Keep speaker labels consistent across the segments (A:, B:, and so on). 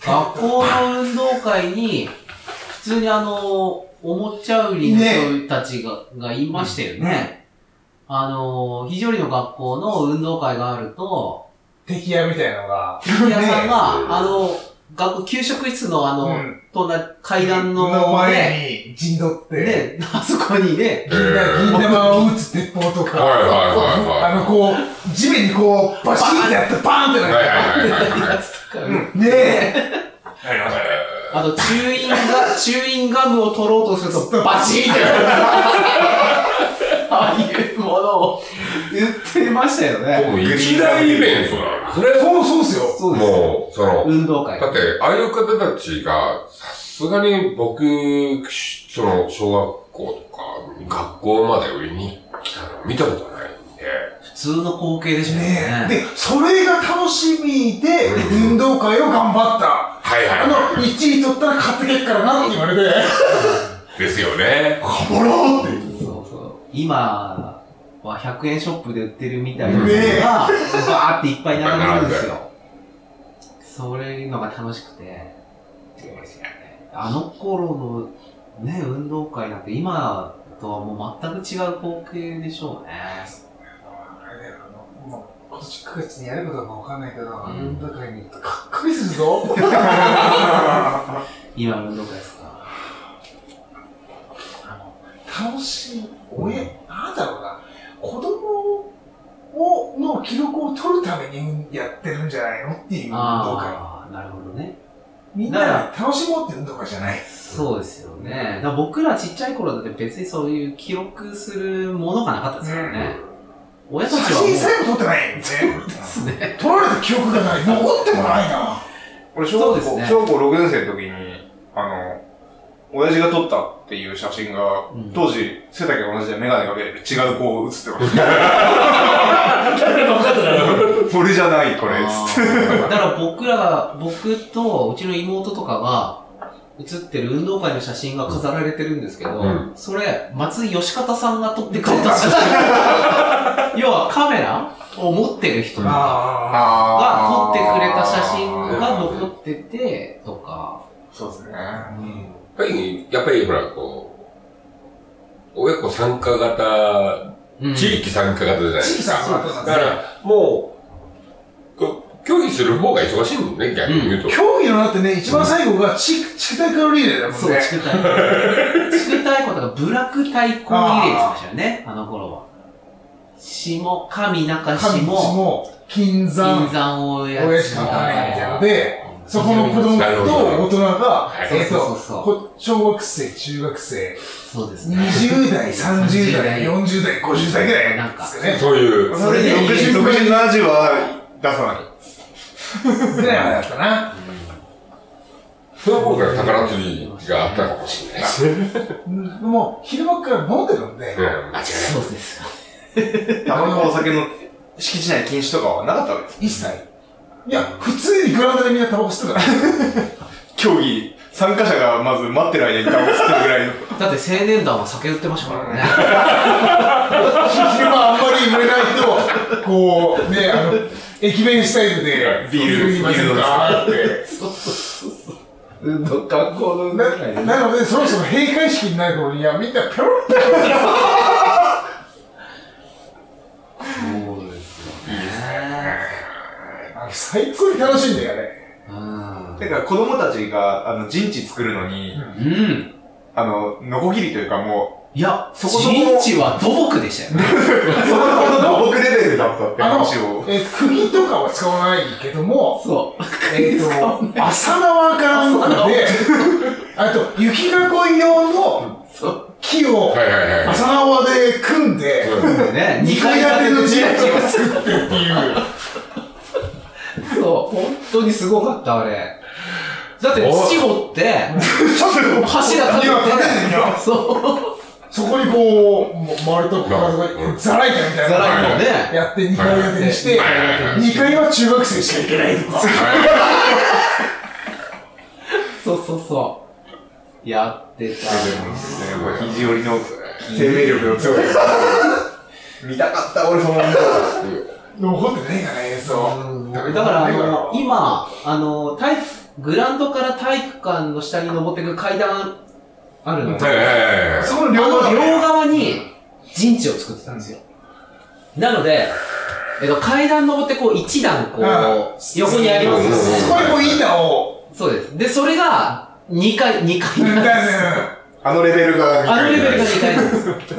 A: 学校の運動会に、普通にあの、おもちゃ売りの人たちが、がいましたよね。
B: ね
A: あの、肘折の学校の運動会があると、
B: 敵屋みたいのが。
A: 敵屋さんが、あの、学校、給食室のあの、
B: うん
A: とな、階段の、ね、
B: 前に陣取っ
A: ね、
B: て、
A: あそこにね、
B: 銀玉銀玉を撃つ鉄砲と
C: はい
B: か、
C: はいはいはい
B: あの、こう、地面にこう、バシーンってやって、バーンってな
C: は
B: る。
C: いはいはいはいは
A: や
C: い
A: つとか、
B: ねえ。
D: ありましたね。
A: あと、チューインガ、チューインガムを取ろうとすると、バチーンって。ああいうものを言ってましたよね。
C: もう一大イベントなの。それ
B: そうそうっすよ。
A: そうです。
C: もう、その、
A: 運動会。
C: だって、ああいう方たちが、さすがに僕、その、小学校とか、学校まで売りに来たの見たことないんで、
A: 普通の光景でしたよ
B: ねえ。
A: ね。
B: で、それが楽しみで、運動会を頑張った。
C: はいはい
B: あの、1位取ったら勝ってけっからなって言われて、
C: ですよね。
B: 頑張ろうっ
A: そ
B: て。
A: うそう。今は100円ショップで売ってるみたいなのが、
B: ねえ
A: バーっていっぱい並んでるんですよ。それいうのが楽しくて。あの頃のね、運動会なんて今とはもう全く違う光景でしょうね。
B: あれだよあのもう今年9月にやることかわかんないけど、
A: ん
B: 運動会に行くとかっこいいする ぞ。
A: 今の運動会ですか。
B: あの、楽しい、親、なんだろうな、子供を、の記録を取るためにやってるんじゃないのっていう運動会。
A: ああ、なるほどね。
B: みんなで楽しもうっていう運動会じゃない。
A: そうですよね。だから僕らちっちゃい頃だって別にそういう記録するものがなかったですからね。親た
B: 写
A: ちはもう
B: 真さえも撮ってないん で。
A: ですね。
B: 撮られた記憶 がない。残ってもないな。
D: 俺、小学
A: そう
D: 校、
A: ですね
D: 小学校6年生の時に、あの、親父が撮ったっていう写真が、
A: うん
D: 当時、背丈が同じでメガネかけてる違う子を写ってました。俺じゃない、これ、つって。
A: だから僕らが、僕とうちの妹とかが写ってる運動会の写真が飾られてるんですけど、
C: うん
A: それ、松井義方さんが撮ってくれた写真。要はカメラを持ってる人とか
B: ああ。
A: が
C: あ
A: 撮ってくれた写真が
C: や
A: 残ってて、とか。
D: そうですね。
C: っぱり、やっぱりほら、こう、親子参加型、
A: うん
C: 地域参加型じゃないで
B: 地域
C: す
B: さ
C: か。
B: んはどうなん
C: だ
B: で
C: か、
B: すから
C: もう、こう競技する方が忙しいんだね、逆に言うと。
B: 競技のなってね、一番最後が地区、地区大会のリレーだもん
A: そう、
B: ね。
A: 地区対抗。地区対抗とか、部落対抗リレーって言ってましたよね、あの頃は。下、上中下、
B: 上地
A: 金
B: も、金山、
A: 山をや
B: 親
A: っ
B: 父
A: て
B: の
A: た
B: ためみたいなので、そこの子供と
C: なるほど
B: 大人が、
C: はい
B: えっ
A: そうそ
B: と
A: うそう
B: こ、小学生、中学生、
A: そうですね。
B: 20代、30代、
A: 代
B: 40代、50代ぐらいなんですよね。
C: そういう、
B: そ
D: そ
B: れ
D: れ
B: で
D: で
B: いい
D: 60、60、70は出さない。
B: ぐらいまでだったな。
C: そういう頃から宝釣りがあったかもしれないですね。
B: うんでも、昼間から飲んでるんで
C: うん、、間違いない。
A: そうですよ。
D: タバコお酒の敷地内禁止とかはなかったわけです。
B: 一切。いや、普通にグラウンドでみんなタバコ吸ってたから。
D: 競技、参加者がまず待ってる間にタバコ吸ってるぐらい の。
A: だって青年団は酒売ってましたからね。
B: 昼間あんまり売れないと、こう、ね、あの、駅弁スタイルで、
D: ビール
B: 飲みませんかって。
A: 運動、学校の運動会
B: ななので、そろそろ閉会式になる頃には、みんなぴょろっと
A: そうですよね。
B: あの最高に楽しいんだよね。
A: うん。
D: だから子供たちが、あの、陣地作るのに、
A: うん。
D: あの、ノコギリというかも
A: いや、
D: そこそこ
A: 陣地は土木でしたよね。
D: う、そこそこの土木レベルだったって
B: あの
D: 話を、。
B: えー、釘とかは使わないけども、
A: そう。
B: えっと、朝縄からなんかで、あと、雪囲い用の
A: そう。
B: 木を
C: はいはいはい。
B: 朝縄で組んで、
A: ね、
B: 二
A: 二
B: 階
A: 階建
B: 建て
A: て
B: の
A: の
B: 陣
A: 陣
B: 地
A: 地
B: を
A: は
B: 作ってっていう。
A: そう、本当にすごかった、あれ。だって、土掘って、柱立て
B: 今立ててみよ
A: て、そう、
B: そこにこう、も丸とか
C: うん
B: ザライタみたい
A: ザ
B: な
A: ラにもね、
B: やって2階建てにして、
C: はいはいはい
B: 2階は中学生しか行けないとか。
A: そうそうそう。やってた。
D: も肘折りの生命力の強さ。見たかった、俺その運動。
B: 残ってないかな、演奏。
A: うんだから、あの、今、あの、体育、グラウンドから体育館の下に登っていく階段あるの。
C: はいはいはいはい
B: そこの
A: 両
B: 両
A: 側
B: 方
A: 両側に陣地を作ってたんですよ。なので、えっと、階段登ってこう一段こう、
B: あ
A: 横にありますよ
C: うん
B: すごいこう、板を、
A: そうです。で、それが2階、2階
B: うん
A: なんです。
B: だ
D: あのレベルが見
A: あ
D: た
A: の
D: い
A: レベル
D: な
A: が2階なんです。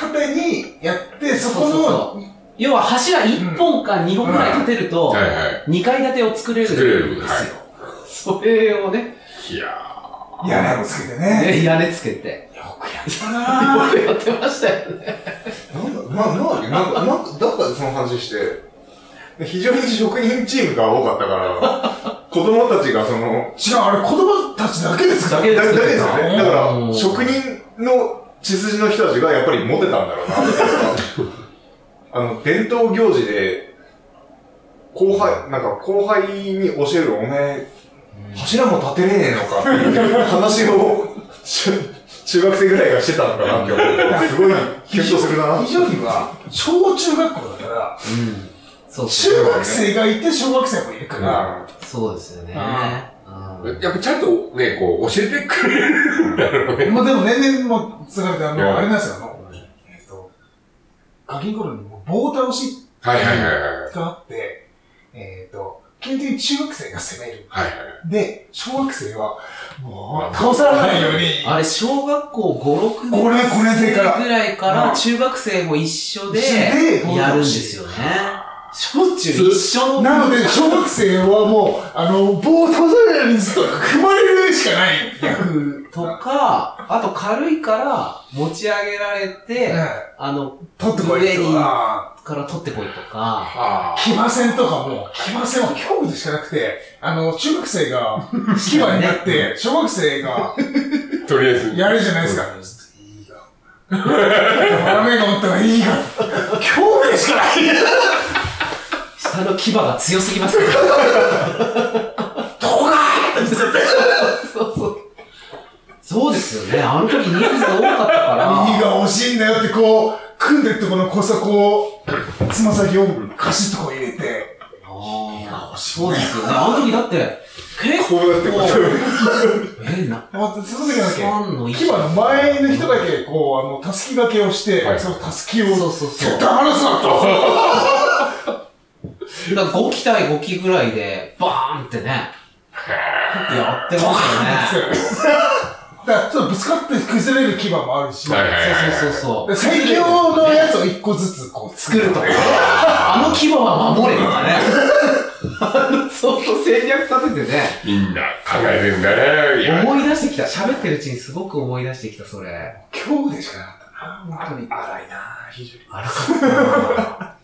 B: 縦にやって、そこ
A: そうそ
B: の、
A: 要は柱1本か2本ぐらい立てると、
C: はいはい。
A: 2階建てを作れるんです
C: 作れるん
A: よ
C: です。
A: それをね、
C: いや
B: 屋根をつけてね。
A: ね屋根つけて。
B: よくやったなぁ。
A: やってましたよね。
D: んだ、な、な、なんか、なんか、どっかでその話して、で非常に職人チームが多かったから、子供たちがその、
B: 違う、あれ子供たちだけです
A: だ
B: から
A: け
D: だ
A: で
D: だけ
A: 作って
D: ですよ
A: た。
D: ね。だか
A: う
D: ら、
A: ん
D: 職人の血筋の人たちがやっぱりモテたんだ ろうな、っていうかあの、伝統行事で、後輩、なんか後輩に教えるお前、柱も立てれねえのかっていう話を、し中学生ぐらいがしてたのかなって思って、すごいキュッとす るな。
B: 非常には、小中学校だから、
A: うん。そうそう。
B: 中学生がいて小学生もいるから、
D: あ
A: そうですよね。うん
C: ーやっぱちゃんとね、こう、教えてくれる。
B: もうでも年々もう、つられて、あ
C: いや
B: の、あれなんですよ、あの、えっと、ガキの頃にもう棒倒し
C: はいはいはいはい。
B: があって、えっと、基本的に中学生が攻める。
C: はいはい。
B: で、小学生は、もう、倒されないように、
A: あれ、小学校5、6
B: これこれでから
A: ぐらいから、
B: うん
A: 中学生も一緒で
B: 一緒、で
A: やるんですよね。小中一緒の。
B: なので、小学生はもう、あの、棒を倒されないようにずっと組まれるしかない役
A: とか、あと軽いから、持ち上げられて、
B: うん
A: あの、
B: 取ってこいって
A: 上
B: こ
A: に
B: とは
A: から取ってこいとか、
C: あ
B: 騎馬戦とかも、騎馬戦は競技でしかなくて、あの、中学生が騎馬にな って、小学生が
C: あ。とりあえず。
B: やるじゃないですか。 いいが。雨が降ったらいいが。競技でしかない
A: 下の牙が強すぎます から。
B: どこが
A: そうそう。そうですよね。あの時人数多かったから。
B: いいが欲しいんだよってこう、組んでってこの小作を、つま先をカシッとこう入れて、
A: ああ、そうですよね。あの時だって、結構、
D: こうやってこうやって
A: え、な、
B: またその時だ
A: フ
B: け、
A: ァンの
B: 牙の前の人だけ、こう、あの、たすき掛けをして、
C: はい
B: そのたすきを、
A: そうそうそう
B: 絶対離すなと。
A: だから5機対5機ぐらいで、バーンってね、やってますよね。
B: だから、ちょっとぶつかって崩れる牙もあるし、
C: はいはいはい。
A: そうそうそうそう。
B: 最強のやつを一個ずつこう作るとか。
A: あの規模は守れとかね。あのそうそう戦略立ててね、
C: みんな考えてんだね。いや、
A: 思い出してきた。喋ってるうちにすごく思い出してきた、それ。
B: 今日でしかなかったな、本当に。
D: 荒いなぁ、非常に。
A: あらかった。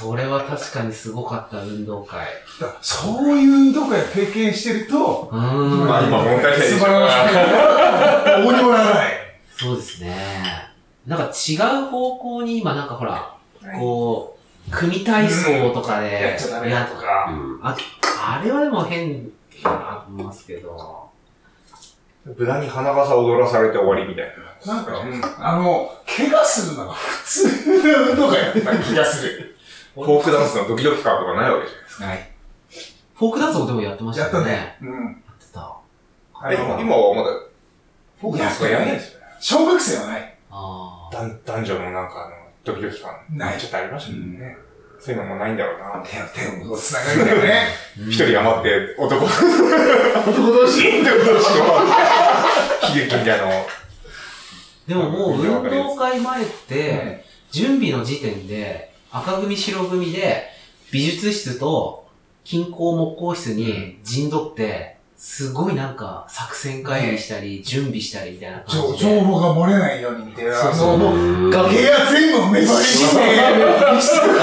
A: それは確かにすごかった、運動会。
B: だからそういう運動会を経験してると、
A: うーん。
D: まあ今問題ないでしょ
B: 素晴らしいな。どうにもならない。
A: そうですね。なんか違う方向に今なんかほら、こう、組体操とかで、
B: やっちゃダメ
A: や
B: だとか。
C: うん
A: あ、あれはでも変だなと思いますけど。
D: 豚に花笠踊らされて終わりみたいな。
B: なんか、
D: うん
B: あの、怪我するのが普通の運動会だった気がする。
D: フォークダンスのドキドキ感とかないわけじゃないです
B: はい。
A: フォークダンスもでもやってまし
B: や
A: た
B: った
A: よね。
B: ね。うん。
A: やってた。
D: か。え今今はまだ、フ
B: ォークダンスとかやんないです
D: よね。
B: 小学生はない。
A: ああ。
D: 男男女のなんかあの、ドキドキ感。
B: ない
D: ちょっとありましたもんね。そういうのもないんだろうな。
B: 手を手をこう繋がるみたいなね。
D: 一人余って、男、男同 士、男同士の、悲劇みたいなのを。
A: でももう運動会前って、準備の時点で、赤組白組で、美術室と金工木工室に陣取って、すごいなんか作戦会議したり、準備したりみたいな感
B: 情
A: じで
B: 情。報が漏れないようにみたいな。
A: そうそう
B: あのもう、崖が全部目張りして、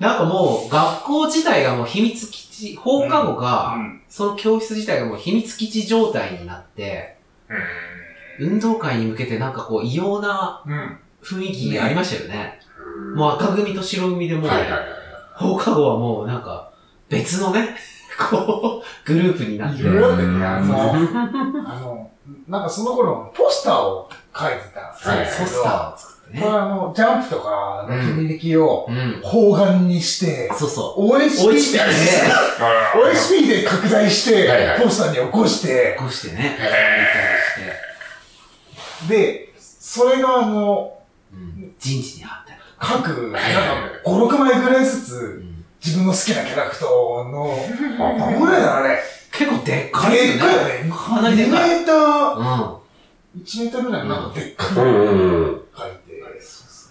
A: なんかもう学校自体がもう秘密基地、放課後が、
D: うん
A: その教室自体がもう秘密基地状態になって、運動会に向けてなんかこう異様な
B: うん。
A: 雰囲気ありましたよね。もう赤組と白組でもう、
C: はいはいはい。
A: 放課後はもうなんか、別のね、 こう、グループになって
B: い。ろいろあって
C: うん
B: ね、あの、あの、なんかその頃、ポスターを描いてた
C: は
B: ん
C: い
B: です
A: ポ
B: けど
A: スタ、ーを作って
B: これ
A: ね。
B: あの、ジャンプとかの響きを
A: うん。
B: 方眼にして、
A: そうそ
B: OSP
A: う。落ちて
B: で
A: ね、
C: あー
B: OSP で拡大し
C: はいは
B: て
C: い、
B: ポスターに起こして、
A: 起こしてね。
B: で、それがあの、
A: うん陣地に貼ったりとか。
B: 各、なんか
C: はいはい
B: 5、6枚ぐらいず
A: う
B: つ、
A: ん
B: 自分の好きなキャラクターの、
C: あ
B: 何ぐらいだあれ
A: 結構でっかいよね。
B: でっかいよね
A: かなりで
B: ?2
A: かい。
B: メーター、
A: うん。あ
B: 1メーターぐらいのなんかでっかい
C: うん
B: の
C: うんうん。
B: 書いて、
A: れそうそ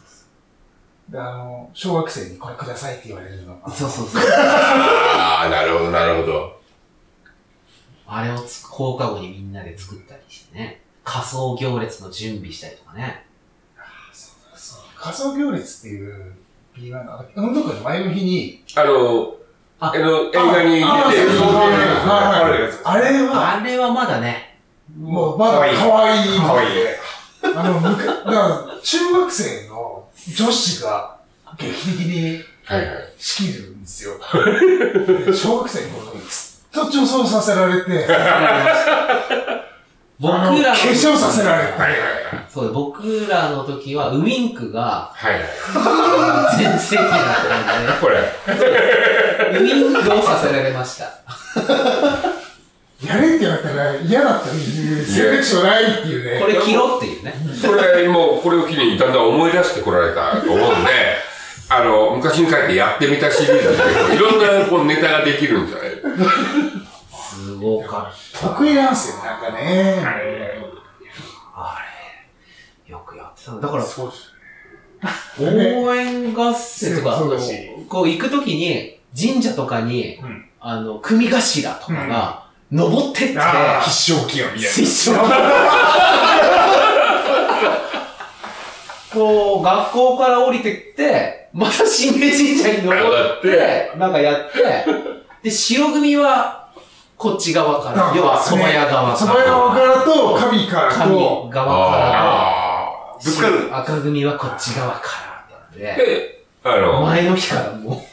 A: う
B: で、あの、小学生にこれくださいって言われるのが。
A: そう。そうそうそう。
C: ああ、なるほど、なるほど。
A: あれをつ放課後にみんなで作ったりしてね。仮想行列の準備したりとかね。
B: そう仮想行列っていう B1 の、あの運動会の前の日に、
C: あの、
A: あ
C: あの映画に
B: ああ
C: 出てる
B: そうそう
C: そういう
B: はいはい
C: あるやつ
B: あれは、
A: あれはまだ ね、
B: も
A: も
B: うまだ可愛い。
D: かわいい。
B: あの、むか、だから、中学生の女子が劇的に
C: はいはい。
B: 仕切るんですよ。で小学生の頃にずっと女装させられて、
A: う、僕ら
B: あの
A: の、
B: 化粧させられて、
C: はいはいはい。
A: そう、僕らの時は、ウィンクが、
C: はいはい。
A: 全盛期だったんで、
C: これ。
A: ウィンクをさせられました。
B: やれって言われたら嫌だっていう選択肢はないっていうね。
A: これ着ろっていうね。
C: これ、もう、これを機に、だんだん思い出してこられたと思うんで、あの、昔に帰ってやってみたシリーズで、いろんなこうネタができるんじゃない
A: すごかっ
B: 得意なんですよ、なんかね。
A: た。あれ、よくやってたの。だから、
D: そうです
A: 応援合戦とか、
B: そうだし
A: こう行くときに、神社とかに、
D: うん
A: あの、組頭とかが、登ってって、
D: ああ必勝祈願みたい
A: 水晶こう、学校から降りてって、また神明神社に登って、なんかやって、で、白組は、こっち側から、要は蕎麦屋側
B: そ
A: か
B: ば屋
A: ら、
B: 側からと、神から
A: 神
B: と、
A: 側から、
C: あ
D: ぶつかる。
A: 赤組はこっち側から、みたい
C: あ。
A: なので、
C: で、あの、
A: 前の日からもう、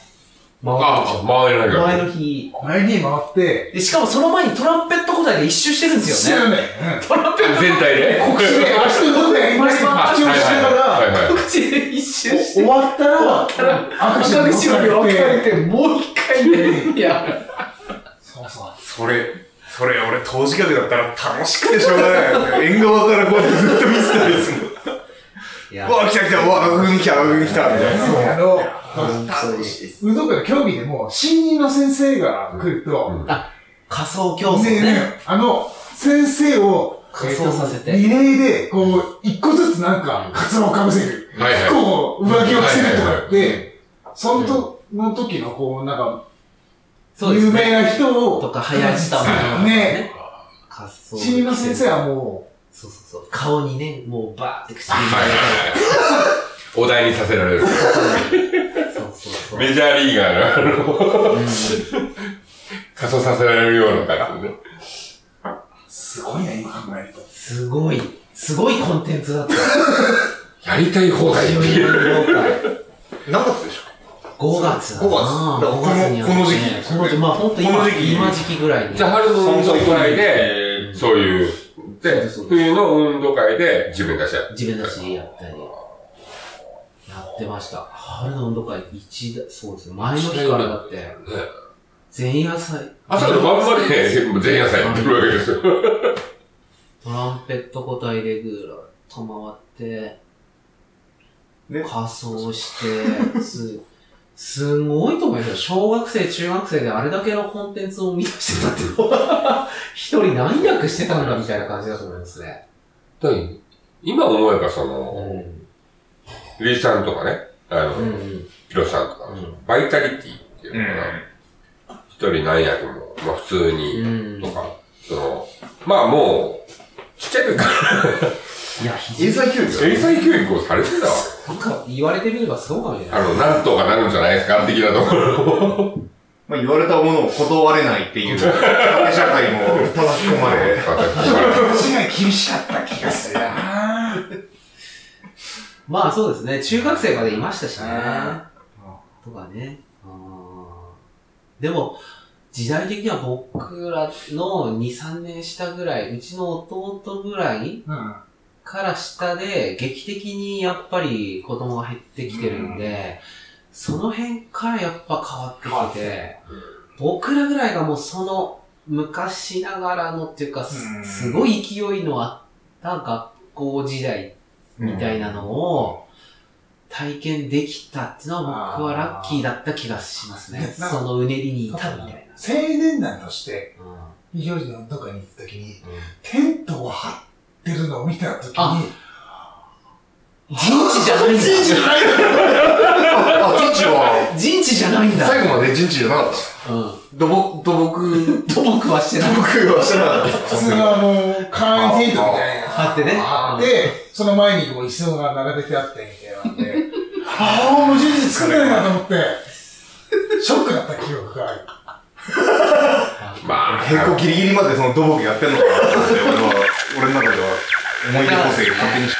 A: 回って
C: あ
A: る
C: あ、回れない
A: でし
C: か
A: ょ。
C: ら。
A: 前の日。
B: 前に回って、
A: で、しかもその前にトランペット答えで一周してるんですよね。
B: ね。
A: トランペット
C: 全体で。
B: 告知で、明日どんどんやりますって
A: はい
B: 口をしなが
C: はい
B: ら、
C: はいはい。
A: 口で一周して
B: 終わったら、
A: 赤
B: 赤
A: 口
B: 口
A: より分
B: 分
A: か
B: か
A: れ
B: れて、
A: て、もう一回いや、
B: そうそう。
D: それ、それ俺当時客だったら楽しくてしょうがない。 縁側からこうやってずっと見てたりする
A: い
D: の。う わ、来た来た、うわ、うん、来た、うん、来た、みたいな。
B: そうあの、
A: 本当に
B: 運動会の競技でも、新任の先生が来る
C: う
B: と、
C: ん
A: 仮想競争
B: ねえね
A: ね。
B: えあの、先生を、
A: 仮装させて
B: リレーで、こう、一個ずつなんか、カツラをかぶせる。
C: はいはい。
B: こう、上着を着せるとかっ
C: はいはい
B: て、そのと、の時の、こう、なんか、
A: そうです
B: 有
A: ね。
B: 名な人を、
A: とか、林田
B: 形
A: さん
B: にね。。
A: 仮想。
B: 新任の先生はも
A: そうそうそう。顔にね、もうバーって口に
C: はいはいはい。お題にさせられる。
A: そうそうそう。
C: メジャーリーガーの、あの、仮装させられるような感じでね。
B: う、すごいな、今考えると。
A: すごい、すごいコンテンツだった。
C: やりたい放題。
A: 自分の運動会
D: 何月でしょ
A: 5月だな。
D: 5月だから
A: 5月にやって
D: このこの時期ですね
A: この時まあ本当
D: この
A: 今
D: 時期
A: 今時期ぐらいに。
C: じゃあ、春の運動会で、そういう、で
A: そうそうそう、
C: 冬の運動会で自分たちや
A: 自分たちでやったり。やってました。春の運動会一だ、そうですね。前の日からだって、前夜祭。
C: 朝の晩まで前夜祭やってるわけですよ。
A: トランペット個体レグーラーと回って、
D: ね
A: 仮装して、す、すごいと思いますよ。小学生、中学生であれだけのコンテンツを生み出してたって のは一人何役してたんだみたいな感じだと思いますね。
C: だから今思えばそうの、
A: ん。
C: リーさんとかね、あ
A: う
C: の、
A: ん。
C: ヒロさんとか
A: うん、
C: バイタリティっていう
D: う
C: のかな。一人何役も、まあ普通に
A: うん
C: と。か、その、まあもう、ちっちゃい時から
A: いや、非
D: 英才教育だ
C: 英才教育をされてたわ
A: なんか言われてみればそうかもしれ
C: け。あ
A: ない。
C: の、なんとかなるんじゃないですか、的なところを。
D: まあ言われたものを断れないっていう、縦社会も叩き込ま れ。
B: 私が厳しかった気がするな
A: まあそうですね。中学生までいましたしね
B: うん。
A: とかね。うんでも、時代的には僕らの2、3年下ぐらい、うちの弟ぐらい
B: うん。
A: から下で、劇的にやっぱり子供が減ってきてるんで、その辺からやっぱ変わってきて、僕らぐらいがもうその昔ながらのっていうか、
B: うん
A: すすごい勢いのあった学校時代みたいなのを体験できたっていうのは僕はラッキーだった気がしますね。
B: あー
A: そのうねりにいたみたいな。
B: 青年団として、
A: うんうん
B: 行事のどこに行った時に、テントを張ってるのを見た時
A: あ
B: に、
A: 陣地じゃないんだ
D: 陣地じゃないあ、陣地は、
A: 陣地じゃないんだ
D: 最後まで陣地じゃなかった。
A: うん。
D: 土木、土 木、
A: 土木はして
D: 土
A: ない。
D: 木はしてなかった
B: 普通のあの、簡易テントみたいな。
A: あってね。
B: あって、その前にこう椅子が並べてあってみたいなん で、ああ、もう人事作れないなと思って、ショックだった記憶がある。
C: まあ、
D: 結構ギリギリまでその土木やってんのかなって、俺は、俺の中では思い出補正を勝手にし